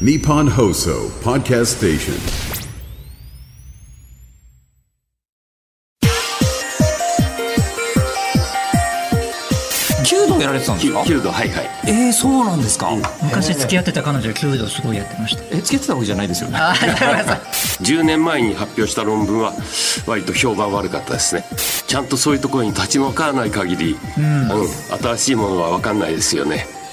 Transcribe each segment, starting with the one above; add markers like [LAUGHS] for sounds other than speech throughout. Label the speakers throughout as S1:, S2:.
S1: Nippon Hoso Podcast Station.
S2: 弓道やられてたんですか
S3: キルドはいはい
S2: えー、そうなんですか、
S4: 昔付き合ってた彼女弓道すごいやってました
S2: えつけてたわけじゃないですよね
S4: あーごめんなさい
S3: 10年前に発表した論文は割と評判悪かったですねちゃんとそういうところに立ち向かわない限り、あの新しいものは分かんないですよね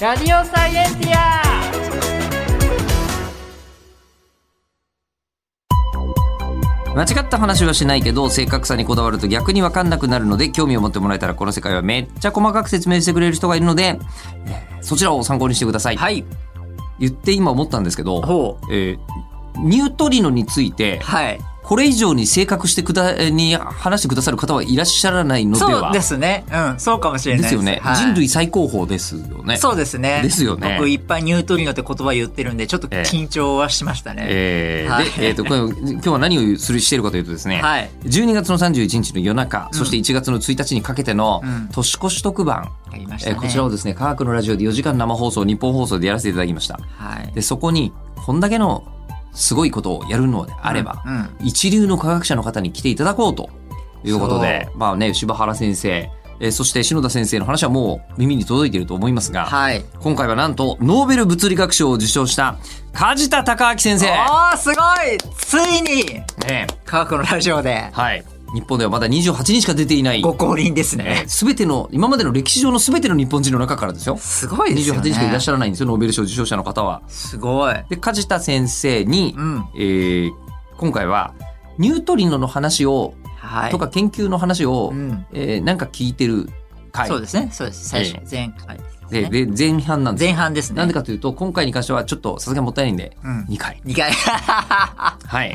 S5: ラジオサイエンティア
S6: 間違った話はしないけど正確さにこだわると逆に分かんなくなるので興味を持ってもらえたらこの世界はめっちゃ細かく説明してくれる人がいるので、えーそちらを参考にしてください。
S2: はい
S6: 言って今思ったんですけど、
S2: ほう
S6: えーニュートリノについて
S2: はい
S6: これ以上に正確してくだえーに話してくださる方はいらっしゃらないのでは
S4: そうですねうんそうかもしれない
S6: ですよね、
S4: はい
S6: 人類最高峰ですよね。
S4: そうですね
S6: ですよね
S4: 僕いっぱいニュートリノって言葉言ってるんでちょっと緊張はしましたね、
S6: えー
S4: はい
S6: で、えー、とこれ今日は何をするしているかというとですね、
S4: はい
S6: 12月の31日の夜中、そして1月の1日にかけての
S4: うん
S6: 年越し特番、
S4: やりました
S6: え
S4: ね、
S6: ーこちらをですね科学のラジオで4時間生放送日本放送でやらせていただきました
S4: はい
S6: でそこにこんだけのすごいことをやるのであれば、
S4: うんうん
S6: 一流の科学者の方に来ていただこうということで
S4: そ
S6: まあね柴原先生えーそして篠田先生の話はもう耳に届いていると思いますが、
S4: はい
S6: 今回はなんとノーベル物理学賞を受賞した梶田隆明先生、
S4: おーすごいついに
S6: ね
S4: 科学のラジオで
S6: はい、日本ではまだ28人しか出ていない
S4: ご降臨です
S6: え
S4: ね
S6: ー、全ての今までの歴史上の全ての日本人の中からですよ
S4: すごいですよね
S6: 28人しかいらっしゃらないんですよノーベル賞受賞者の方は。
S4: すごい
S6: で梶田先生に、
S4: うん
S6: えー今回はニュートリノの話を、
S4: はい
S6: とか研究の話を、
S4: うん
S6: えーなんか聞いてる回
S4: そうですねそうです最初、
S6: え
S4: 前回ですね
S6: でで前半なんです
S4: 前半ですね
S6: なんでかというと今回に関してはちょっとさすがにもったいないんで、
S4: うん
S6: 2回
S4: 2回 [LAUGHS] は
S6: はい
S4: い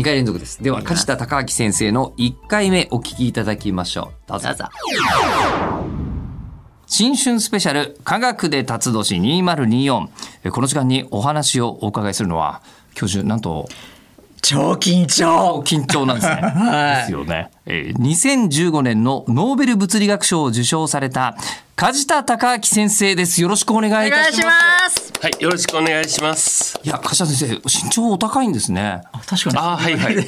S6: 2回連続ですでは梶田隆明先生の1回目お聞きいただきましょうどうぞ
S4: どうぞ
S6: 新春スペシャル科学で立つ年2024えこの時間にお話をお伺いするのは教授なんと
S4: 超緊張
S6: 緊張なんです
S4: [LAUGHS]
S6: ね。ですよね。えー2015年のノーベル物理学賞を受賞された梶田隆明先生です。よろしくお願い
S4: お
S6: いたし
S4: 願
S6: ま
S4: い
S6: す。
S4: します
S3: はいよろしくお願いします
S6: いや、梶田先生、身長お高いんですね。
S4: 確
S3: ああはいはいは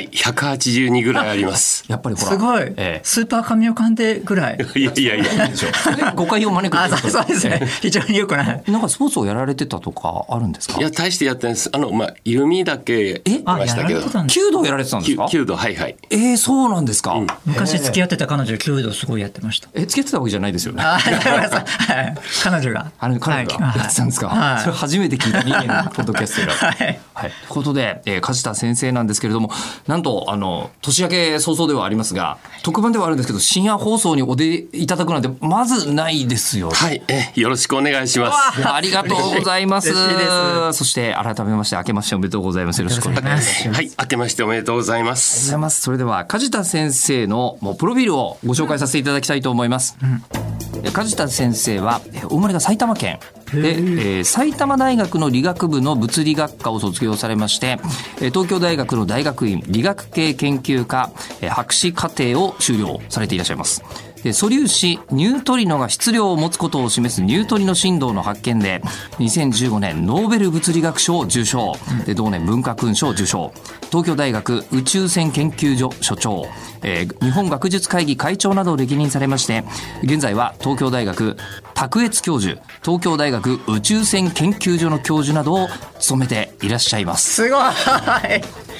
S3: い182ぐらいあります
S6: やっぱりほら。
S4: すごい、
S6: ええ
S4: スーパー神尾鑑定ぐらい
S3: いやいやいや
S6: 誤解を招く
S4: あ
S6: ということ
S4: そうそうですね非常に良
S6: [LAUGHS]
S4: くない
S6: えなんかスポーツをやられてたとかあるんですか
S3: いや大してやってないですあのまあ弓だけやって
S4: あ
S3: まし
S4: や
S3: た
S4: ら
S3: け
S4: れ
S3: ど
S4: てたんだ
S6: 弓道やられてたんです
S3: キ
S6: か
S3: ュキルドはいはい
S6: えー、そうなんですか、
S4: 昔付き合ってた彼女弓道すごいやってました
S6: え、つけてたわけじゃないですよね。 [LAUGHS]
S4: あごめんなさいはい彼女が
S6: あの彼女が
S4: はい
S6: やってたんですか、
S4: はい
S6: それ初めて聞いた人間のポッドキャストが。
S4: はい
S6: はい、ということで、えー、梶田先生なんですけれどもなんとあの年明け早々ではありますが特番ではあるんですけど深夜放送にお出いただくなんてまずないですよ。
S3: はいえよろしくお願いします
S6: いやありがとうございます。
S4: 嬉しいで
S6: そして改めまして明けましておめでとうございます。よろしくお願いします。
S3: はい明けましておめでとうございま
S6: ありがとうご
S3: す
S6: ざいます。それでは梶田先生のもうプロフィールをご紹介させていただきたいと思います。え梶田先生はえお生まれが埼玉県で、えー埼玉大学の理学部の物理学科を卒業されまして、え東京大学の大学院理学系研究科え博士課程を修了されていらっしゃいます。で素粒子ニュートリノが質量を持つことを示すニュートリノ振動の発見で2015年ノーベル物理学賞を受賞で同年文化勲章を受賞東京大学宇宙船研究所所長、えー日本学術会議会長などを歴任されまして現在は東京大学卓越教授東京大学宇宙船研究所の教授などを務めていらっしゃいます
S4: すごい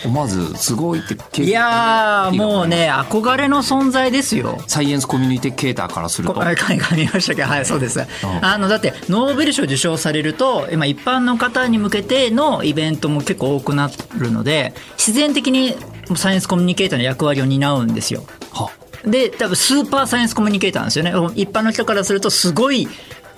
S6: 思わずすごいって経
S4: いやーもうね憧れの存在ですよ
S6: サイエンスコミュニティケーターからすると
S4: はい、かみましたけど、はい、そうです。あの、だって、ノーベル賞受賞されると、今、一般の方に向けてのイベントも結構多くなるので、自然的にサイエンスコミュニケーターの役割を担うんですよ。
S6: は
S4: で、多分、スーパーサイエンスコミュニケーターなんですよね。一般の人からすると、すごい、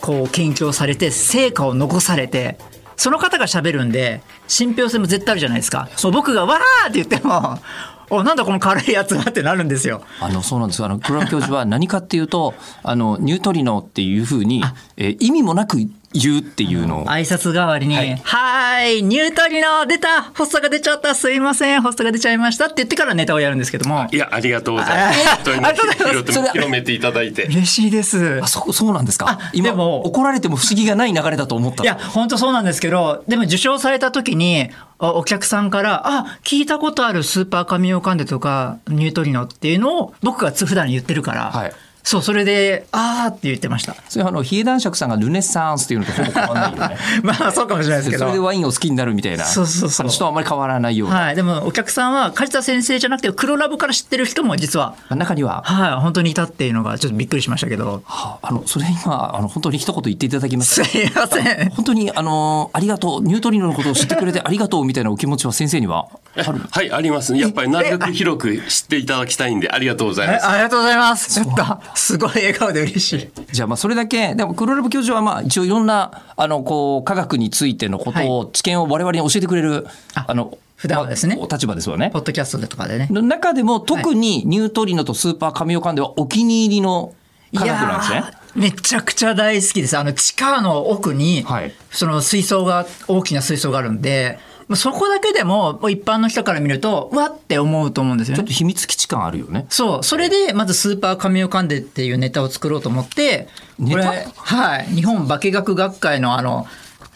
S4: こう、研究をされて、成果を残されて、その方が喋るんで、信憑性も絶対あるじゃないですか。そう、僕がわーって言っても、 [LAUGHS] お、なんだこの軽いやつはってなるんですよ。
S6: あのそうなんですよあの黒田教授は何かっていうとあのニュートリノっていうふうに、えー意味もなく言うっていうのを
S4: 挨拶代わりに、はい、ーい、ニュートリノ出た発作が出ちゃったすいません発作が出ちゃいましたって言ってからネタをやるんですけども。
S3: いや、ありがとうございます。本当に
S4: ありがとうございま
S3: 広め
S4: す
S3: 広めていただいて。
S4: 嬉しいです
S6: あ。そそうなんですか
S4: あ
S6: 今
S4: でも
S6: 怒られても不思議がない流れだと思った
S4: いや、本当そうなんですけど、でも受賞された時に、おお客さんから、あ、聞いたことあるスーパーカミオカンデとか、ニュートリノっていうのを僕が普段言ってるから、
S6: はい
S4: そう、それで、あーって言ってました。
S6: それはあの比叡男爵さんがルネッサンスっていうのとほぼ変わらないよね
S4: [LAUGHS] まあ、そうかもしれない
S6: そ
S4: ですけ
S6: れで
S4: ど。
S6: ワインを好きになるみたいな
S4: そうそうそう
S6: 話とあんまり変わらないような、
S4: はい。でも、お客さんは、梶田先生じゃなくて、黒ラブから知ってる人も実は、
S6: 中には
S4: はい、本当にいたっていうのが、ちょっとびっくりしましたけど。
S6: ああのそれ今あの本当に一言言っていただきます
S4: すいません。
S6: 本当にあのありがとうニュートリノのことを知ってくれてありがとうみたいなお気持ちは先生にはある
S3: はい、あります。やっぱりなるべく広く知っていただきたいんで、ありがとうござい
S4: え
S3: ます。
S4: ありがとうございます。やった。 [LAUGHS] すごい笑顔で嬉しい。
S6: じゃあまあそれだけでも黒ラブ教授はまあ一応いろんなあのこう科学についてのことを知見を我々に教えてくれる
S4: あ
S6: あの
S4: 普段はですね
S6: まあお立場ですわね
S4: ポ。ッドキャストでとかでね。
S6: の中でも特にニュートリノとスーパーカミオカンデはお気に入りの科学なんです
S4: い
S6: ね
S4: や。ーめちゃくちゃ大好きです。あの、地下の奥に、
S6: はい
S4: その水槽が、大きな水槽があるんで、まあそこだけでも、もう一般の人から見ると、うわって思うと思うんですよ
S6: ちょっ
S4: ね
S6: と。秘密基地感あるよね。
S4: そう。それで、まずスーパーカミオカンデっていうネタを作ろうと思って、これ、
S6: ネ
S4: はい。日本化学学会のあの、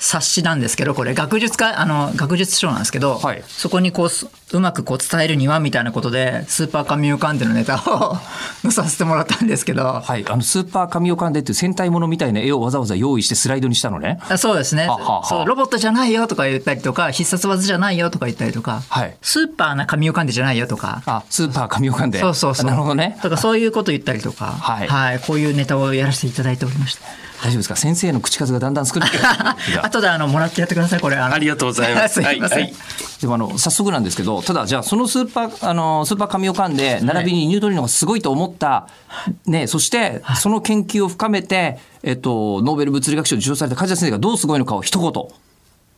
S4: 冊子なんですけど、これ、学術会、あの、学術書なんですけど、
S6: はい
S4: そこにこうす、うまくこう伝えるには、みたいなことで、スーパーカミオカンデのネタを [LAUGHS] 載させてもらったんですけど、
S6: はい、あのスーパーカミオカンデっていう戦隊ものみたいな絵をわざわざ用意してスライドにしたの
S4: [LAUGHS]
S6: ね。
S4: あそうですね
S6: ははは
S4: そう。ロボットじゃないよとか言ったりとか、必殺技じゃないよとか言ったりとか、
S6: はい
S4: スーパーな神を噛んでじゃないよとか、
S6: あ、スーパーカミオカンデ。
S4: そうそうそう。
S6: なるほどね。
S4: とかそういうこと言ったりとか、
S6: はい
S4: こういうネタをやらせていただいておりました。
S6: 大丈夫ですか。先生の口数がだんだん少なくなってきた。
S4: 後であの、もらってやってください、これ。あの
S3: ありがとうございます。
S4: [LAUGHS] すいませ
S3: は
S4: ん。
S3: いはい
S6: でもあの早速なんですけど、ただじゃあそのスーパーあのスーパーカミオカンで並びにニュートリノがすごいと思った、ねそしてその研究を深めてえっとノーベル物理学賞を受賞された梶田先生がどうすごいのかを一言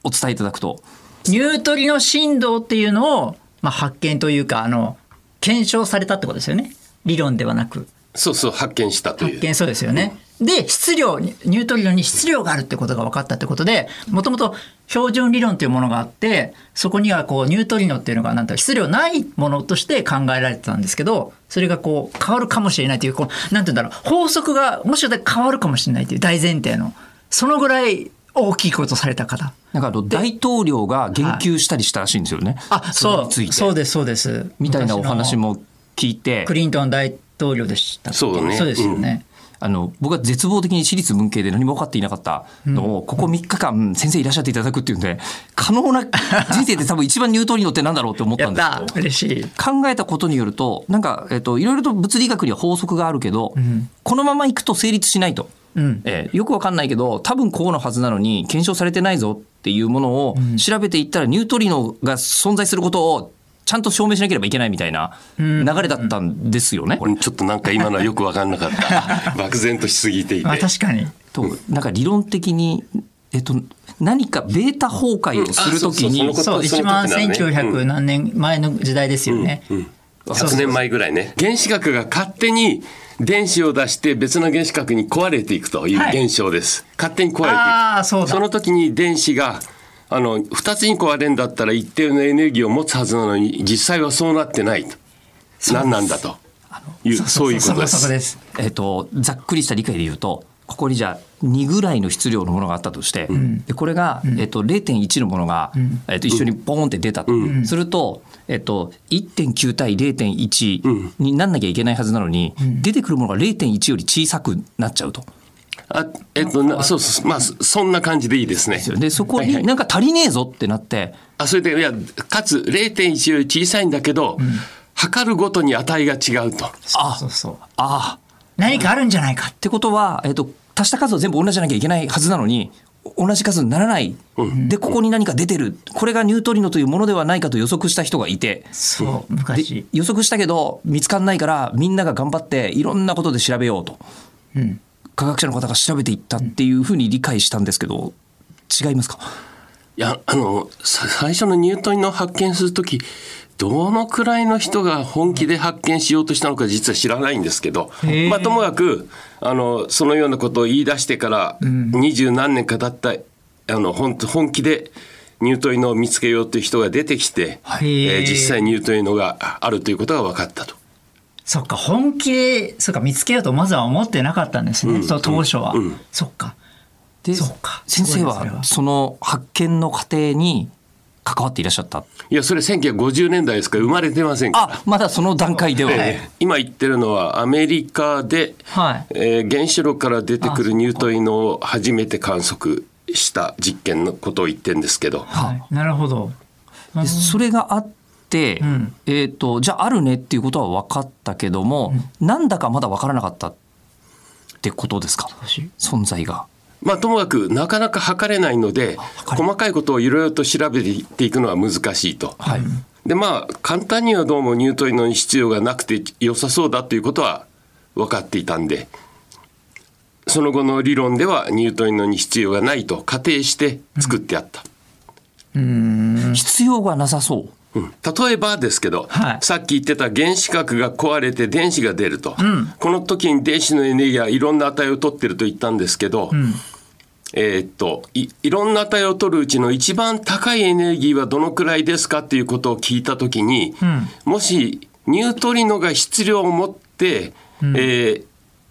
S6: お伝えいただくと。
S4: ニュートリノ振動っていうのを、まあ、発見というか、あの、検証されたってことですよね。理論ではなく。
S3: そうそう、発見したとい
S4: 発
S3: う。
S4: 見そうですよね。で質量ニュニュートリノに質量があるってことが分かったってことでもともと標準理論というものがあってそこにはこうニュートリノっていうのがなんていうか質量ないものとして考えられてたんですけどそれがこう変わるかもしれないというこうなんていうんだろう法則がもしかしたら変わるかもしれないという大前提のそのぐらい大きいことをされた方。
S6: なんかあの大統領が言及したりしたらしいんですよね。
S4: あ
S6: それ
S4: そ
S6: についう
S4: そう
S6: て
S4: ですそうです。
S6: みたいなお話
S4: 昔の
S6: も聞いて
S4: ク。リントン大統領でしたっけ
S3: そうね
S4: そうですよね。
S6: あの僕は絶望的に私立文系で何も分かっていなかったのを、ここ3日間先生いらっしゃっていただくっていうんで可能な人生で多分一番ニュートリノってなんだろうって思った
S4: や
S6: ん
S4: っ
S6: です
S4: た
S6: けど
S4: 嬉しい。
S6: 考えたことによるとなんか、えっといろいろと物理学には法則があるけど、このままいくと成立しないと、
S4: ん
S6: えーよくわかんないけど多分こうのはずなのに検証されてないぞっていうものを調べていったら、ニュートリノが存在することをちゃんと証明しなければいけないみたいな流れだったんですよね。
S3: うんちょっとなんか今のはよく分かんなか
S4: [LAUGHS]
S3: った。漠然としすぎていて。
S4: まあ確かに。
S6: となんか理論的に、えっと、何かベータ崩壊をするときに、
S3: うんあそうそう
S4: そう、
S3: その時
S4: 1
S3: な
S4: 万
S3: んだね
S4: 1900何年前の時代ですよね。
S3: 100年前ぐらいね。原子核が勝手に電子を出して別の原子核に壊れていくという現象です。勝手に壊れていく。
S4: ああ、そうだ。
S3: その時に電子があの2つに壊れんだったら一定のエネルギーを持つはずなのに実際はそうなってないと何なんだというそういうことで
S4: そこ
S3: す。
S4: です。
S6: えっと、ざっくりした理解で言うとここにじゃあ2ぐらいの質量のものがあったとして、でこれが、えっと、0.1のものが、えっと、一緒にポーンって出たと、すると、えっと、1.9対0.1になんなきゃいけないはずなのに、出てくるものが0.1より小さくなっちゃうと。
S3: あえっとなそうそうまあそそんな感じでいいですね。
S6: でそこ
S3: はいは
S6: に
S3: い
S6: なんか足りねえぞってなって
S3: あそれでいやかつ0.1より小さいんだけど、測るごとに値が違うと。
S4: あ、そうそう。
S6: ああ
S4: 何かあるんじゃないか。
S6: ってことは、えっと、足した数は全部同じじゃなきゃいけないはずなのに、お同じ数にならない。で、ここに何か出てる。これがニュートリノというものではないかと予測した人がいて。
S4: そう、
S6: で
S4: 昔。
S6: 予測したけど見つかんないからみんなが頑張っていろんなことで調べようと、科学者の方が調べていったっていうふうに理解したんですけど違いますか
S3: いや、あの、さ最初のニュートンの発見するとき、どのくらいの人が本気で発見しようとしたのか実は知らないんですけど、まあ、ともかく、あの、そのようなことを言い出してから、二十何年か経った、あの、本本気で、ニュートリノを見つけようという人が出てきて、
S4: い
S3: えー実際ニュートリノがあるということが分かったと。
S4: そっか、本気で、そっか、見つけようとまずは思ってなかったんですね、その当初は。そっか。
S6: で
S4: そうか
S6: 先生
S4: すごいですね
S6: はその発見の過程に関わっていらっしゃった
S3: いや、それ1950年代ですから生まれてませんから。
S6: あまだその段階では、
S3: えー今言ってるのはアメリカで、
S4: はい
S3: えー原子炉から出てくるニュートリノを初めて観測した実験のことを言ってるんですけど、
S4: はい、なるほど。
S6: でそれがあって、
S4: ん
S6: えー、とじゃああるねっていうことは分かったけども、なんだかまだ分からなかったってことですか存在が。
S3: まあ、ともかくなかなか測れないので
S6: 測れ
S3: 細かいことをいろいろと調べていくのは難しいと。でまあ簡単にはどうもニュートリノに必要がなくて良さそうだということは分かっていたんでその後の理論ではニュートリノに必要がないと仮定して作ってあった。
S6: 必要がなさそう。
S3: うん例えばですけど、
S4: はい
S3: さっき言ってた原子核が壊れて電子が出ると、この時に電子のエネルギーはいろんな値を取ってると言ったんですけど、えーっといいろんな値を取るうちの一番高いエネルギーはどのくらいですかっていうことを聞いた時に、もしニュートリノが質量を持って、えー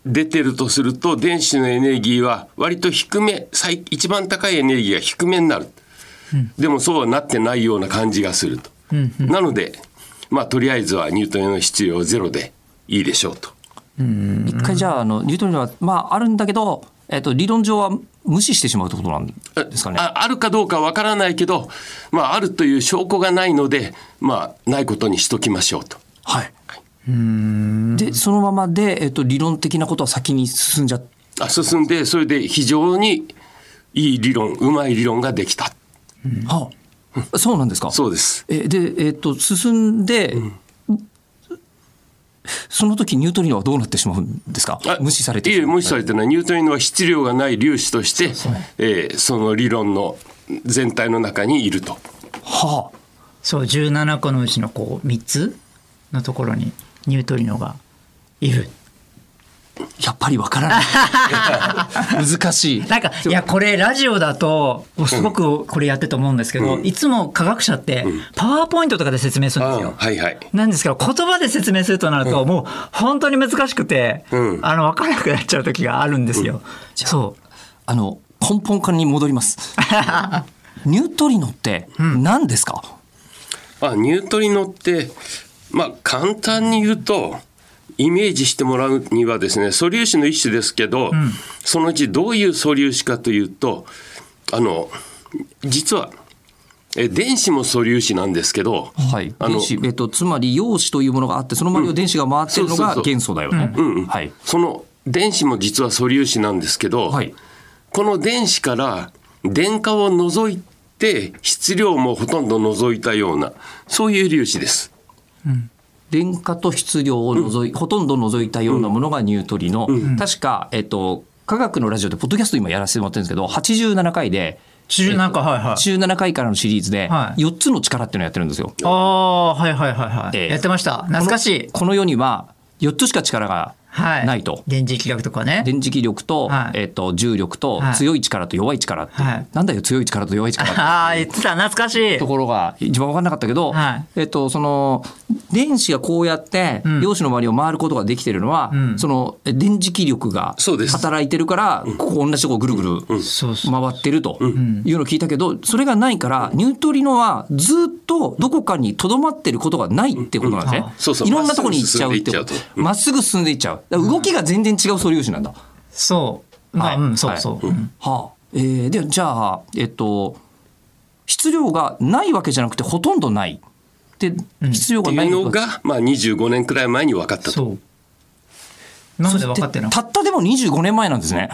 S3: 出てるとすると電子のエネルギーは割と低め最一番高いエネルギーが低めになる。でもそうはなってないような感じがすると。なので、まあ、とりあえずはニュートリノの必要ゼロでいいでしょうと。
S6: 一回じゃああのニュートリノは、まあ、あるんだけど、えー、と理論上は無視してしまうってことなんですかね。
S3: ああるかどうかわからないけど、まあ、あるという証拠がないので、まあ、ないことにしときましょうと。
S6: はい、でそのままで、えー、と理論的なことは先に進んじゃっ
S3: あ進んで、それで非常にいい理論、うまい理論ができた。
S6: はあそうなんですか
S3: そうです。
S6: えで、えっと進んで、その時ニュートリノはどうなってしまうんですか
S3: あ
S6: 無視されて
S3: い
S6: し
S3: え、
S6: まう
S3: 無視されてない。ニュートリノは質量がない粒子として、えーその理論の全体の中にいると。
S6: はあ
S4: そう、17個のうちのこう、3つのところにニュートリノがいる。
S6: やっぱりわからない難しい [LAUGHS]
S4: なんか、いや、これラジオだと、すごくこれやってて思うんですけど、いつも科学者って、パワーポイントとかで説明するんです
S3: あ
S4: よ。
S3: はいはい。
S4: なんですけど、言葉で説明するとなると、もう本当に難しくて、
S3: うん
S4: あの、わからなくなっちゃう時があるんですよ。そう。
S6: あの根本からに戻ります
S4: [LAUGHS]
S6: ニュートリノって何ですか、
S3: まあ、ニュートリノって、まあ、簡単に言うと、イメージしてもらうにはですね、素粒子の一種ですけど、そのうちどういう素粒子かというと、あの、実は、え電子も素粒子なんですけど、
S6: はい
S3: あの
S6: 電子、えっとつまり陽子というものがあってその周りを電子が回ってるの
S3: そうそう
S6: が
S3: そう
S6: 元素だよね、はい、
S3: その電子も実は素粒子なんですけど、
S6: はい、
S3: この電子から電荷を除いて、質量もほとんど除いたような、そういう粒子です。
S6: 電荷と質量を除い、ほとんど除いたようなものがニュートリノ、確か、えっと、科学のラジオでポッドキャスト今やらせてもらってるんですけど87回で
S4: 17回、はいはい。
S6: 17回からのシリーズで
S4: はい
S6: 4つの力っていうのをやってるんですよ。
S4: ああー、はいはいはいはい。
S6: ええ
S4: やってました。懐かしい。
S6: この世には4つしか力が
S4: はい。
S6: ないと。
S4: 電磁気学とかね。
S6: 電磁気力と、
S4: はい
S6: えっと、重力と
S4: はい
S6: 強い力と弱い力って、
S4: はい
S6: なんだよ強い力と弱い力って
S4: ああ、言ってた、懐かしい
S6: と。ころが一番分かんなかったけど、
S4: は
S6: えっと、その電子がこうやって
S4: ん
S6: 陽子の周りを回ることができてるのは、
S4: ん
S6: そのえ電磁気力が
S3: そうです
S6: 働いてるからここ同じとこぐるぐる回
S4: そうそう
S6: ってるというのを聞いたけどそれがないからニュートリノはずっとどこかにとどまってることがないってことなんですね、
S3: そうそう
S6: いろんなとこに行っちゃうって
S3: まっすぐ進んでいっちゃう
S6: まっすぐ進んでいっちゃうだから動きが全然違う素粒子なんだ。
S4: そう。まあ、うん、そうそう。うん
S6: はあえーでじゃあ、えっと、質量がないわけじゃなくてほとんどない。で質量
S3: って
S6: が
S3: い
S6: な
S3: う
S6: い
S3: のが、まあ、25年くらい前に分かったと。
S4: そう。なんで分かってな
S6: た
S4: かっ
S6: ったでも25年前なんですね。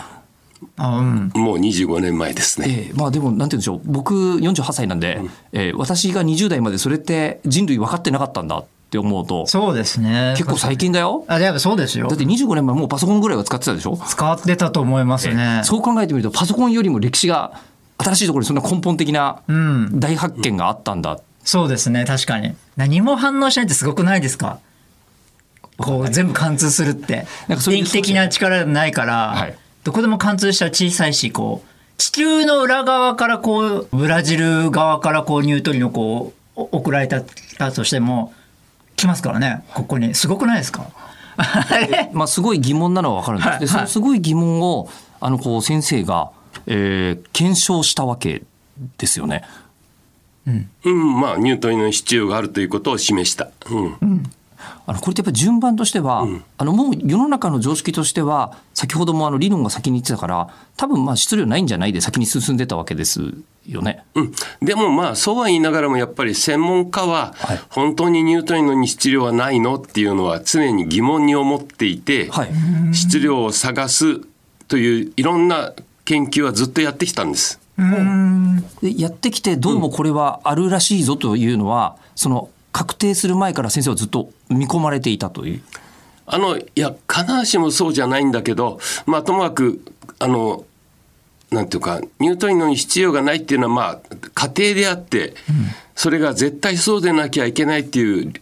S4: たあうん。
S3: もう25年前ですね。
S6: えーまあでもなんて言うんでしょう僕48歳なんで、えー私が20代までそれって人類分かってなかったんだって思うと
S4: そうですね。
S6: 結構最近だよ。
S4: あ、でもそうですよ
S6: だっ。て25年前もうパソコンぐらいは使ってたでしょ、
S4: 使ってたと思いますね。
S6: そう考えてみるとパソコンよりも歴史が新しいところにそんな根本的な
S4: うん
S6: 大発見があったんだ。
S4: そうですね、確かに。何も反応しないってすごくないですかこう、全部貫通するって。
S6: なんかそういう
S4: 電気的な力ないから、
S6: はい
S4: どこでも貫通したら小さいし、こう、地球の裏側からこう、ブラジル側からこう、ニュートリノこう、お送られたたとしても、来ますからね、ここに。すごくないですか [LAUGHS] あれ
S6: まあ、すごい疑問なのはわかるんです。
S4: はい
S6: でそのすごい疑問を、あの、こう、先生が、えー検証したわけですよね。
S3: うん、まあ、ニュートリノに必要があるということを示した。うん。
S6: あのこれってやっぱり順番としては、あのもう世の中の常識としては先ほどもあの理論が先に言ってたから多分まあ質量ないんじゃないで先に進んでたわけですよね。
S3: うん。でもまあ、そうは言いながらも、やっぱり専門家は、本当にニュートリノに質量はないのっていうのは常に疑問に思っていて、
S6: はい、
S3: 質量を探すといういろんな研究はずっとやってきたんです。
S6: でやってきてどうもこれはあるらしいぞというのは、その確定する前から先生はずっと見込まれていたという。
S3: あの、いや、必ずしもそうじゃないんだけど、まあ、ともかく、あの、なんていうか、ニュートリノに必要がないっていうのは、まあ、過程であって、それが絶対そうでなきゃいけないっていう、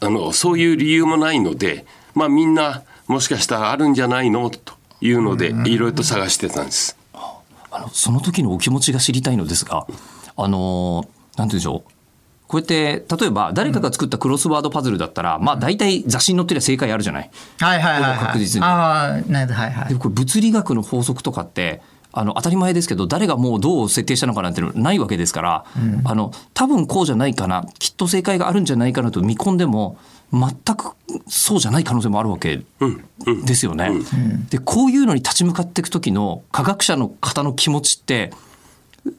S3: あの、そういう理由もないので、まあ、みんな、もしかしたらあるんじゃないのというので、いろいろと探してたんです。
S6: あのその時のお気持ちが知りたいのですが、あのーなんて言うんでしょう。こうやって例えば誰かが作ったクロスワードパズルだったら、まあ大体雑誌に載ってりゃ正解あるじゃない。
S4: はいはいはい、はい。
S6: 確実に
S4: ああ、なるほど、はいは
S6: で
S4: い。
S6: これ物理学の法則とかってあの当たり前ですけど誰がもうどう設定したのかなんてのないわけですから、あの多分こうじゃないかなきっと正解があるんじゃないかなと見込んでも全くそうじゃない可能性もあるわけですよね。でこういうのに立ち向かっていく時の科学者の方の気持ちって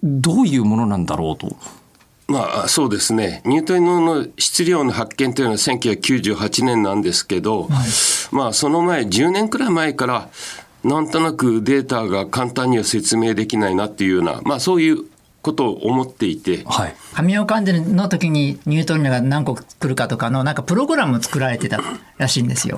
S6: どういうものなんだろうと。
S3: まあそうですね、ニュートリノの質量の発見というのは1998年なんですけど、まあその前、10年くらい前から、なんとなくデータが簡単には説明できないなっていうような、まあそういうことを思っていて、
S6: はい
S4: 紙を噛んでるの時にニュートリノが何個来るかとかのなんかプログラムを作られてたらしいんですよ。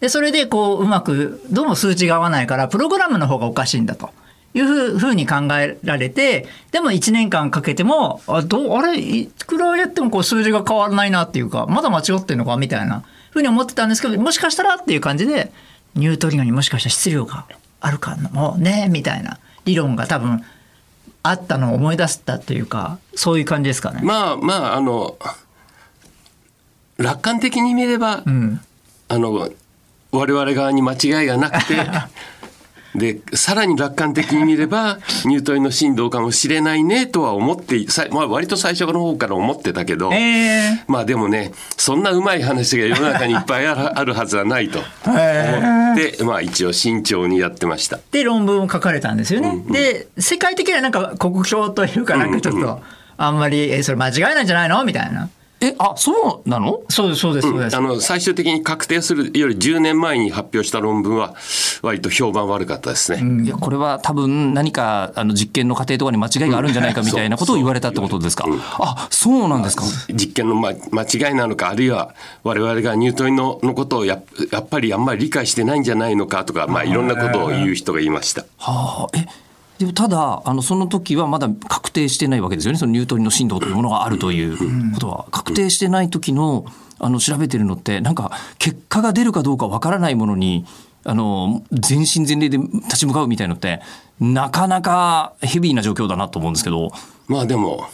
S4: でそれでこううまくどうも数値が合わないからプログラムの方がおかしいんだと。いうふうふうに考えられて、でも1年間かけても、あどうあれ、いくらやってもこう数字が変わらないなっていうか、まだ間違ってんのかみたいなふうに思ってたんですけど、もしかしたらっていう感じで、ニュートリノにもしかしたら質量があるかもね、みたいな理論が多分あったのを思い出したというか、そういう感じですかね。
S3: まあまあ、あの、楽観的に見れば、あの、我々側に間違いがなく
S4: [LAUGHS]
S3: て、でさらに楽観的に見ればニュートリノ振動かもしれないねとは思ってさい、まあ、割と最初の方から思ってたけど、
S4: え
S3: まあでもねそんなうまい話が世の中にいっぱいあ
S4: [LAUGHS]
S3: るあるはずはないと思って、まあ、一応慎重にやってました。
S4: で論文を書かれたんですよね。で世界的にはなんか国評というかなんかちょっとあんまり、えそれ間違いなんじゃないのみたいな。
S6: えあそうなの
S4: そうですそうですそうです。
S3: あの最終的に確定するより10年前に発表した論文は割と評判悪かったですね。
S6: いやこれは多分何かあの実験の過程とかに間違いがあるんじゃないかみたいなことを言われたってことですか。あそうなんですか。
S3: 実験の、ま、間違いなのかあるいは我々がニュートリノのことをやっやっぱりあんまり理解してないんじゃないのかとか、まあ、いろんなことを言う人がいました。
S6: はあ、えでもただあのその時はまだ確定してないわけですよねそのニュートリノ振動というものがあるということは確定してない時のあの調べてるのってなんか結果が出るかどうかわからないものにあの全身全霊で立ち向かうみたいのってなかなかヘビーな状況だなと思うんですけど
S3: まあでも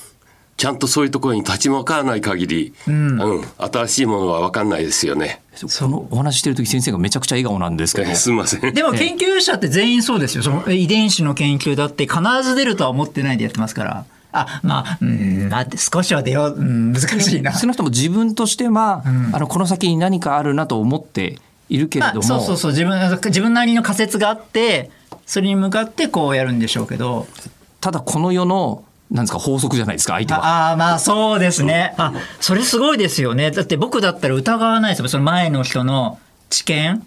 S3: ちゃんとそういうところに立ち向かわない限り、うん新しいものは分かんないですよね。
S6: そのお話ししてる時先生がめちゃくちゃ笑顔なんですけど
S3: [LAUGHS] えすみません。
S4: でも研究者って全員そうですよ。その遺伝子の研究だって必ず出るとは思ってないでやってますから。あまあうんまあ少しは出よう、うん、難しいな。
S6: 少なくとも自分としては、あのこの先に何かあるなと思っているけれ
S4: ま
S6: ども
S4: あ、そうそうそう自分自分なりの仮説があってそれに向かってこうやるんでしょうけど。
S6: ただこの世のなんですか法則じゃないですか相手は。
S4: ああーまあそうですねあそれすごいですよねだって僕だったら疑わないですよその前の人の知見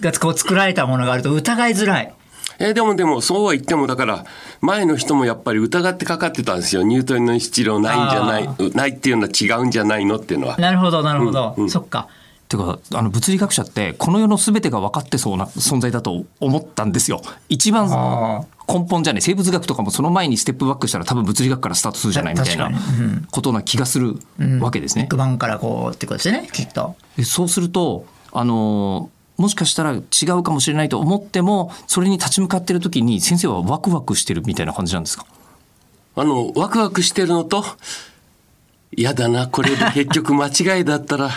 S4: がこう作られたものがあると疑いづらい
S3: えーでもでもそうは言ってもだから前の人もやっぱり疑ってかかってたんですよニュートリノの質量ないんじゃな
S4: あ
S3: いうないっていうのは違うんじゃないのっていうのは。
S4: なるほどなるほど、そっか
S6: てかあの物理学者ってこの世の全てが分かってそうな存在だと思ったんですよ。一番根本じゃない、生物学とかもその前にステップバックしたら多分物理学からスタートするじゃないみたいな
S4: 確かにう
S6: ことな気がするわけですね
S4: ビッグ。バンからこうってことですよね、きっと。
S6: でそうすると、あのーもしかしたら違うかもしれないと思っても、それに立ち向かってる時に先生はワクワクしてるみたいな感じなんですか
S3: あの、ワクワクしてるのと、嫌だな、これ [LAUGHS] で結局間違いだったら、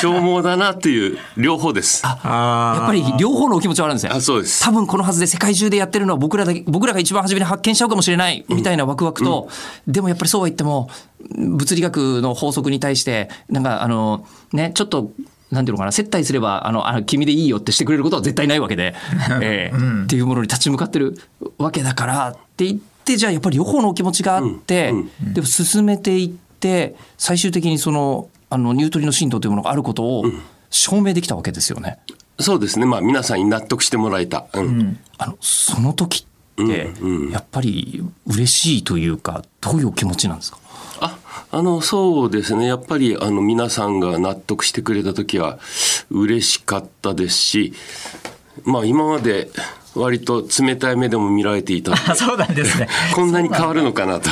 S3: 消耗だなっていう、両方です。あ
S6: やっぱり両方のお気持ちはあるんですね。
S3: そうです。
S6: 多分このはずで世界中でやってるのは僕らだけ僕らが一番初めに発見しちゃうかもしれないみたいなワクワクと、でもやっぱりそうは言っても物理学の法則に対してなんかあのねちょっと。なんていうのかな接待すればあのあの君でいいよってしてくれることは絶対ないわけで、ええっていうものに立ち向かってるわけだからって言ってじゃあやっぱり両方のお気持ちがあって、でも進めていって最終的にそのあのニュートリノ振動というものがあることを証明できたわけですよね。
S3: そうですね。まあ、皆さんに納得してもらえた。うん。
S6: あのその時ってやっぱり嬉しいというかどういうお気持ちなんですか
S3: あ、あの、そうですね。やっぱり、あの、皆さんが納得してくれたときは、嬉しかったですし、まあ、今まで、割と冷たい目でも見られてい [LAUGHS] たので
S4: あ、そうなんで
S6: [LAUGHS]
S4: すね。
S3: こんなに変わるのかなと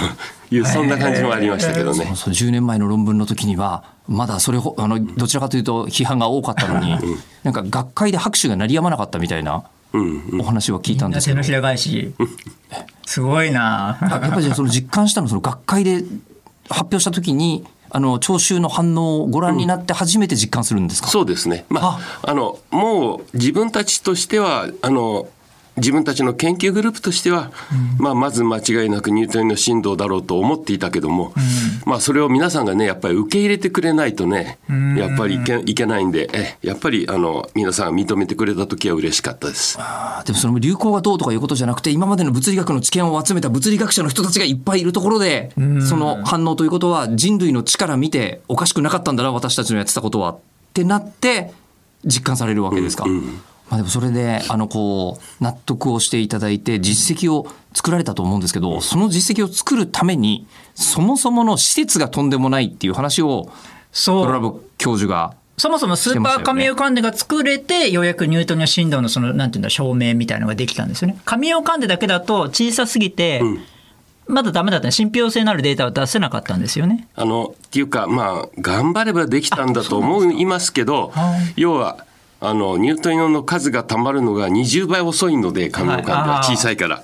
S3: いう、そんな感じもありましたけどね。
S6: その10年前の論文の時にはまだそれほあのどちらかというと批判が多かったのになんか学会で拍手が鳴りやまなかったみたいなお話は聞いたんです
S4: 手
S6: けど
S4: のひら返し。すごいな
S6: やっぱりじゃあその実感したのはその学会で発表した時にあの聴衆の反応をご覧になって初めて実感するんですか、
S3: そうですね。まあ、あの、もう自分たちとしては、あの、自分たちの研究グループとしては、まあ、まず間違いなくニュートンの振動だろうと思っていたけども、まあ、それを皆さんがね、やっぱり受け入れてくれないとね、やっぱりいけいけないんで、えやっぱり、あの、皆さんが認めてくれた時は嬉しかったです。
S6: でもそれも流行がどうとかいうことじゃなくて今までの物理学の知見を集めた物理学者の人たちがいっぱいいるところでその反応ということは人類の力見ておかしくなかったんだな私たちのやってたことはってなって実感されるわけですか。まあ、でもそれであのこう納得をしていただいて実績を作られたと思うんですけどその実績を作るためにそもそもの施設がとんでもないっていう話を
S4: そ
S6: ドラ
S4: う。
S6: ブ教授が
S4: そもそもスーパー神尾カンデが作れて、ようやくニュートンの振動のその、なんていうんだ、証明みたいなのができたんですよね。神尾カンデだけだと小さすぎて、まだダメだったね。信憑性のあるデータは出せなかったんですよね。
S3: あのっていうかまあ頑張ればできたんだと思いますけど要はあのニュートリノの数がたまるのが20倍遅いので神尾カンデ
S4: はいあ
S3: は小
S4: ー
S3: さいから。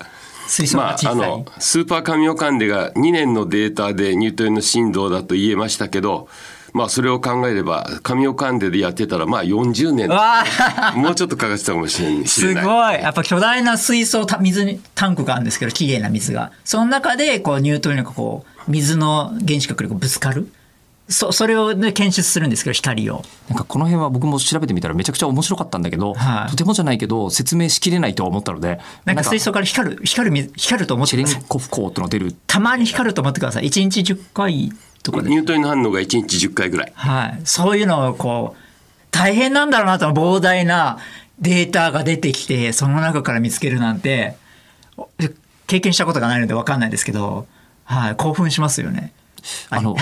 S4: 水槽
S3: ま
S4: が
S3: あ
S4: 小、さ
S3: あ
S4: い。
S3: のスーパー神尾カンデが2年のデータでニュートリノ振動だと言えましたけど、まあ、それを考えれば神尾カンデでやってたらまあ40年
S4: うわあ
S3: もうちょっとかかってたかもしれない。
S4: [LAUGHS] すごいやっぱ巨大な水槽た水にタンクがあるんですけど綺麗な水がその中でこうニュートリノがこう水の原子核力ぶつかるそそれを、ね、検出するんですけど光を
S6: なんかこの辺は僕も調べてみたらめちゃくちゃ面白かったんだけど、
S4: はい
S6: とてもじゃないけど説明しきれないとは思ったので
S4: なんか水槽から光る光る水光ると思っ
S6: チ
S4: て
S6: ェ
S4: く
S6: レ
S4: だ
S6: ン
S4: さい
S6: コフ効っての出る
S4: たまに光ると思ってください1日10回とかで、
S3: ニュートリノ反応が1日10回ぐらい。
S4: はい、そういうのをこう大変なんだろうなと膨大なデータが出てきてその中から見つけるなんてお経験したことがないので分かんないですけど、はい、興奮しますよね。
S6: あの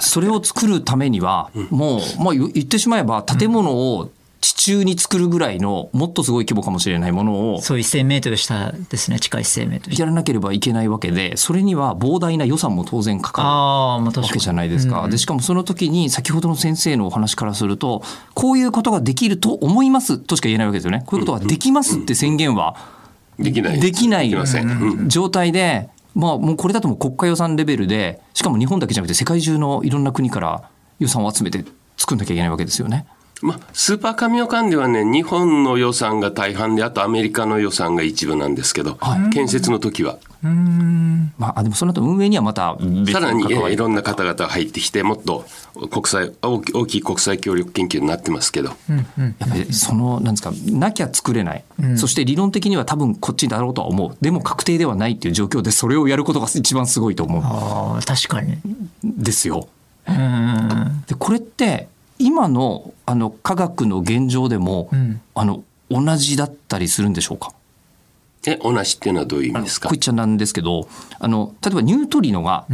S6: それを作るためにはもう、まあ、言言ってしまえば建物を地中に作るぐらいのもっとすごい規模かもしれないものを
S4: そう、1000メートル下ですね、地下1000メートル下。
S6: やらなければいけないわけでそれには膨大な予算も当然かかる。
S4: ああ、まあ確
S6: わ
S4: か
S6: け
S4: に。
S6: じゃないですか、でしかもその時に先ほどの先生のお話からするとこういうことができると思いますとしか言えないわけですよねこういうことができますって宣言は
S3: できない
S6: できない
S3: できません。うん
S6: 状態で、まあ、もうこれだともう国家予算レベルでしかも日本だけじゃなくて世界中のいろんな国から予算を集めて作んなきゃいけないわけですよね。
S3: まあ、スーパー神尾館ではね、日本の予算が大半で、あとアメリカの予算が一部なんですけど、建設の時は、
S6: まあ、あでもその後運営にはまた別の
S3: さらにえ
S6: 関わ
S3: ーい
S6: り
S3: ろんな方々が入ってきて、もっと国際大き大きい国際協力研究になってますけど、
S6: やっぱりそのなんですかなきゃ作れない、そして理論的には多分こっちだろうとは思うでも確定ではないっていう状況でそれをやることが一番すごいと思
S4: ああ、確かに。
S6: うんですよ。
S4: うん。
S6: でこれって今のあの科学の現状でも、
S4: ん
S6: あの同じだったりするんでしょうか
S3: え、同じっていうのはどういう意味ですか
S6: こう言っちゃなんですけどあの例えばニュートリノが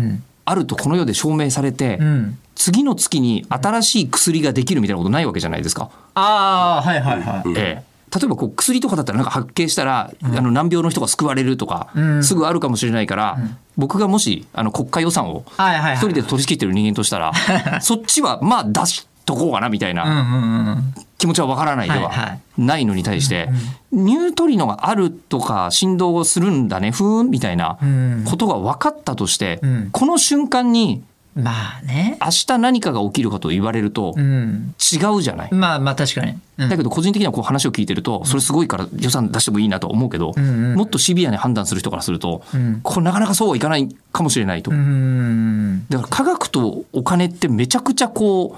S6: あるとこの世で証明されて、
S4: ん
S6: 次の月に新しい薬ができるみたいなことないわけじゃないですか。
S4: ああ、はいはいはい。
S6: ええ例えばこう薬とかだったらなんか発見したら、あの難病の人が救われるとか、すぐあるかもしれないから、僕がもしあの国家予算を
S4: はいはいはい
S6: 一人で取り仕切ってる人間としたら、
S4: [LAUGHS]
S6: そっちはまあ出しとこうかなみたいな。
S4: うんうんうん
S6: 気持ちはわからないでは
S4: はいは
S6: ないのに対して、ニュートリノがあるとか振動をするんだねふーんみたいなことが分かったとして、
S4: ん
S6: この瞬間に
S4: まあね。
S6: 明日何かが起きるかと言われると
S4: うん。
S6: 違うじゃない。
S4: まあまあ確かに。うん
S6: だけど個人的にはこう話を聞いてるとそれすごいから予算出してもいいなと思うけど、もっとシビアに判断する人からすると、これなかなかそうはいかないかもしれないと。
S4: うん。
S6: だから科学とお金ってめちゃくちゃこ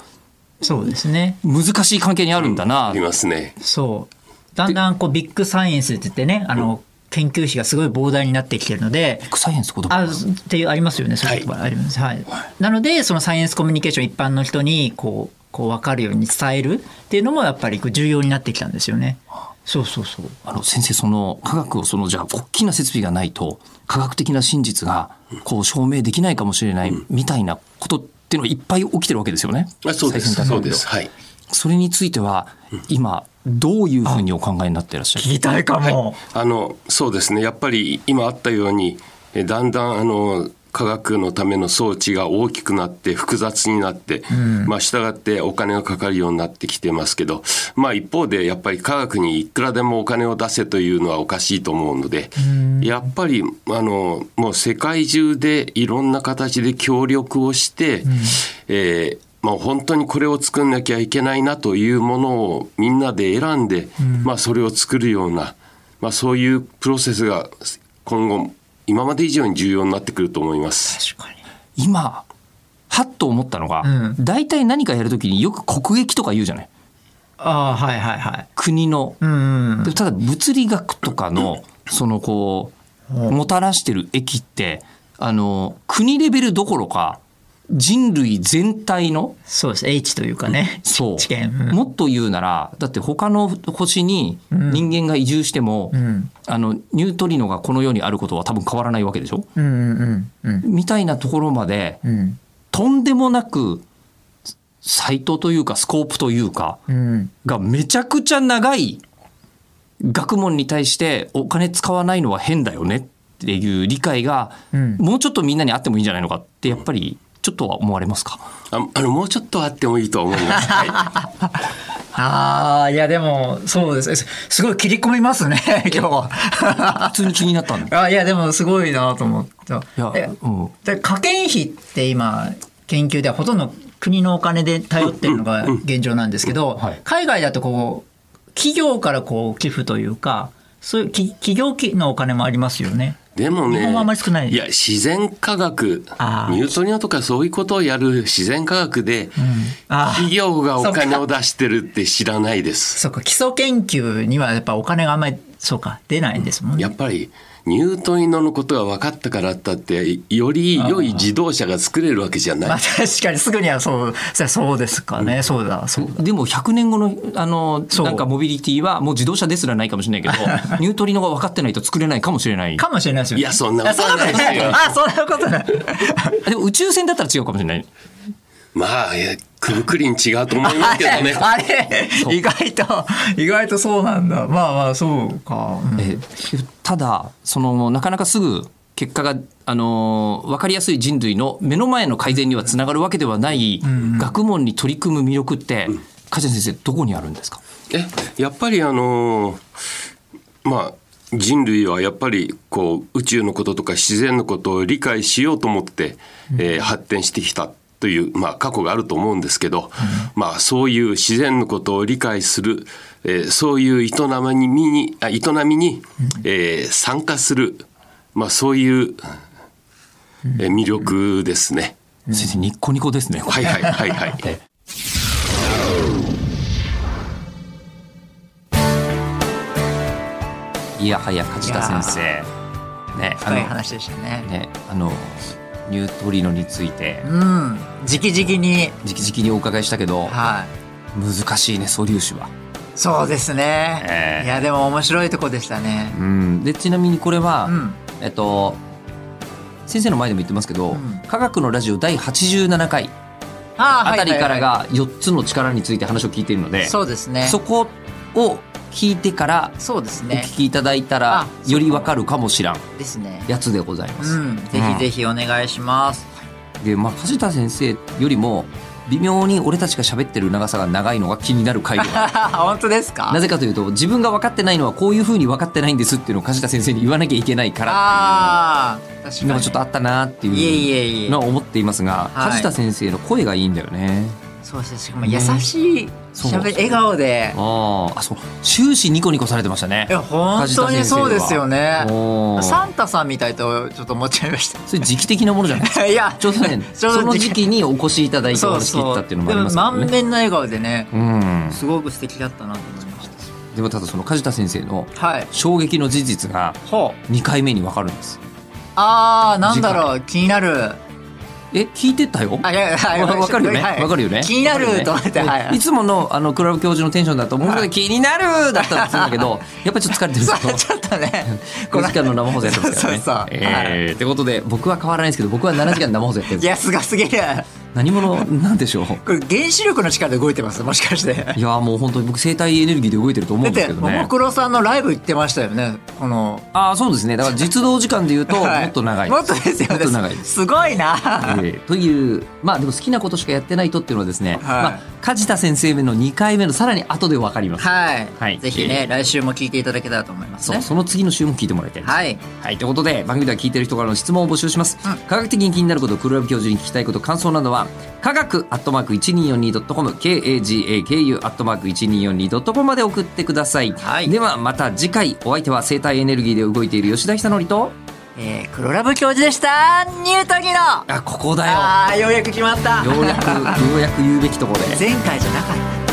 S4: そうですね。
S6: う難しい関係にあるんだな
S3: ありますね。
S4: そう。だんだんこうビッグサイエンスって言ってね、あの、研究費がすごい膨大になってきてるので、
S6: サイエンス言葉
S4: あっていうありますよね、そういうところあります。はい。なので、そのサイエンスコミュニケーション一般の人にこう、こう分かるように伝えるっていうのもやっぱりこう重要になってきたんですよね。そうそうそう。
S6: あの先生その科学をそのじゃあ大きな設備がないと科学的な真実がこう証明できないかもしれないみたいなことっていうのがいっぱい起きてるわけですよね。
S3: あそうです。
S6: 最先端
S3: そ
S6: の
S3: うです。はい。
S6: それについては今どういうふうにお考えになっていらっしゃる
S4: 聞きたいかも。
S3: あのそうですねやっぱり今あったようにえだんだんあの科学のための装置が大きくなって複雑になって、まあ従ってお金がかかるようになってきてますけどまあ一方でやっぱり科学にいくらでもお金を出せというのはおかしいと思うので、やっぱりあのもう世界中でいろんな形で協力をして、えーまあ、本当にこれを作んなきゃいけないなというものをみんなで選んで、まあ、それを作るような、まあ、そういうプロセスが今後今まで以上に重要になってくると思います。
S4: 確かに。
S6: 今はっと思ったのが
S4: ん
S6: 大体何かやるときによく国益とか言うじゃない
S4: ああ、はいはいはい。
S6: 国の。
S4: うん。
S6: でただ物理学とかのそのこうもたらしてる益ってあの国レベルどころか人類全体の
S4: そうです。H というかね。
S6: そう
S4: 知見。うん
S6: もっと言うならだって他の星に人間が移住しても、
S4: ん
S6: あのニュートリノがこの世にあることは多分変わらないわけでしょ、
S4: うんうんうん
S6: みたいなところまで
S4: うん
S6: とんでもなくサイトというかスコープというか
S4: うん
S6: がめちゃくちゃ長い学問に対してお金使わないのは変だよねっていう理解が
S4: ん
S6: もうちょっとみんなにあってもいいんじゃないのかってやっぱりちょっとは思われますか
S3: ああのもうちょっとあってもいいとは思います。はい
S4: ああいやでもそうですすすごい切り込みますね今日は
S6: 普通に気になったんだ
S4: あいやでもすごいなと思った
S6: いや
S4: え
S6: うん
S4: で科研費って今研究ではほとんど国のお金で頼ってるのが現状なんですけど、
S6: はい
S4: 海外だとこう企業からこう寄付というかそういうき企業のお金もありますよね
S3: [LAUGHS] でもね、
S4: 日本はあまり少ない
S3: や、自然科学、
S4: あー
S3: ニュートリノとかそういうことをやる自然科学で、
S4: あー
S3: 企業がお金を出してるって知らないです。
S4: そうか基礎研究にはやっぱお金があんまりそうか出ないんですもんね
S3: やっぱりニュートリノのことが分かったからだってより良い自動車が作れるわけじゃない
S4: まあ、確かにすぐにはそうそりゃそうですかね、そうだそうだ
S6: でも100年後のあの
S4: そう
S6: なんかモビリティはもう自動車ですらないかもしれないけど [LAUGHS] ニュートリノが分かってないと作れないかもしれない
S4: かもしれないですよね
S3: いやそんなことないですよ
S4: あそんなことないあそんなことない
S6: でも宇宙船だったら違うかもしれない
S3: まあいやくるくりに違うと思い
S4: [LAUGHS]
S3: ますけどね
S4: あれ意外と意外とそうなんだまあまあそうか、うん
S6: えーただそのなかなかすぐ結果が、あの分かりやすい人類の目の前の改善にはつながるわけではない学問に取り組む魅力って梶谷先生どこにあるんですか
S3: えやっぱりあのまあ人類はやっぱりこう宇宙のこととか自然のことを理解しようと思って、えー発展してきたという、まあ、過去があると思うんですけど、まあ、そういう自然のことを理解する、えーそういう営みにあ営みに、えー参加する、まあ、そういう、えー魅力ですね。
S6: 先生ニッコニコですね、
S3: はいはいはいはい。
S6: いやはや梶田先生ねあ
S4: 深い
S6: の
S4: 話でしたね
S6: ねあのニュートリノについて
S4: うんじきじきに
S6: 直々にお伺いしたけど
S4: はい
S6: 難しいね素粒子は。
S4: そうですね、
S6: ええ
S4: いやでも面白いとこでしたね
S6: うん、でちなみにこれは、
S4: ん
S6: えっと先生の前でも言ってますけど、
S4: ん
S6: 科学のラジオ第87回
S4: あ
S6: あたりから
S4: は
S6: が4つの力について話を聞いているので、
S4: いはいはいそうですね
S6: そこを聞いてから
S4: そうです
S6: お
S4: ね
S6: 聞きいただいたら
S4: あそう
S6: よりわかるかもしらん
S4: ですね
S6: やつでございま
S4: う
S6: す。
S4: んぜひぜひお願い
S6: [LAUGHS]
S4: します、
S6: で、まあ、梶田先生よりも微妙に俺たちが喋ってる長さが長いのが気になる回で
S4: [LAUGHS]
S6: はある
S4: 本当ですか
S6: なぜかというと自分が分かってないのはこういうふうに分かってないんですっていうのを梶田先生に言わなきゃいけないから
S4: ああ確かに
S6: のがちょっとあったなって
S4: いえい
S6: いう
S4: えいえ
S6: のは思っていますが
S4: はい
S6: 梶田先生の声がいいんだよね。
S4: そうですねしかも優しい
S6: そう
S4: しゃべ笑顔で
S6: あーあそう終始ニコニコされてましたね
S4: い。や本当にそうですよね
S6: おー
S4: サンタさんみたいとちょっと思っちゃいまし
S6: それ時期的なものじゃ [LAUGHS]
S4: [LAUGHS]
S6: ない
S4: たいや
S6: ちょうどね
S4: ちょうど
S6: その時期にお越しいただいてお
S4: そう
S6: 話聞い
S4: そ
S6: た
S4: う
S6: っていうの
S4: で
S6: もあり
S4: も
S6: ますから
S4: 満
S6: ね。
S4: 面の笑顔でね
S6: うん、
S4: すごく素敵だったなと思いました
S6: でもただその梶田先生の
S4: はい
S6: 衝撃の事実が
S4: ほう
S6: 2回目に分かるんです
S4: あーなんだろう気になる
S6: え聞いてたよ
S4: あいやいやはい
S6: わわかるよね、
S4: はい
S6: わかるよね
S4: 気になると思
S6: わ
S4: っ
S6: か
S4: て
S6: よね
S4: はい
S6: いつものあのクラブ教授のテンションだともうちょっと気になるだったんでするんだけどやっぱりちょっと疲れてる
S4: [LAUGHS] そう
S6: と
S4: ちょっとね
S6: [LAUGHS] 5時間の生放送やってますからね
S4: そうそうそう
S6: えーってことで僕は変わらないですけど僕は7時間生放送やってるんで
S4: い
S6: す
S4: やすがすぎる
S6: 何者なんでしょう
S4: これ原子力の力で動いてますもしかして
S6: いやーもう本当に僕生体エネルギーで動いてると思う
S4: だ
S6: ん
S4: っ
S6: ですけ
S4: て
S6: ど
S4: も
S6: ね
S4: もクロさんのライブ行ってましたよねこの
S6: ああそうですねだから実動時間で言うとも
S4: はい
S6: っと長い
S4: もっとですよ
S6: もっ
S4: ね
S6: と長いです
S4: すごいな
S6: えーというまあでも好きなことしかやってないとっていうのはですね、まあ、梶田先生の2回目のさらに後で分かります、
S4: はい、
S6: はい
S4: ぜひ
S6: え
S4: ね、
S6: ー
S4: 来週も聞いていただけたらと思います
S6: そう
S4: ね
S6: その次の週も聞いてもらいたいです
S4: はい
S6: はい、ということで番組では聞いてる人からの質問を募集します、科学的に気になること黒ラ教授に聞きたいこと感想などは科学アットマーク 1242.com KAGAKU アットマーク 1242.com まで送ってください、
S4: はい
S6: ではまた次回お相手は生体エネルギーで動いている吉田久典と
S4: えー、黒ラブ教授でしたニュートギの
S6: あここだよ
S4: あーようやく決まった
S6: ようやくようやく言うべきところで
S4: 前回じゃなかった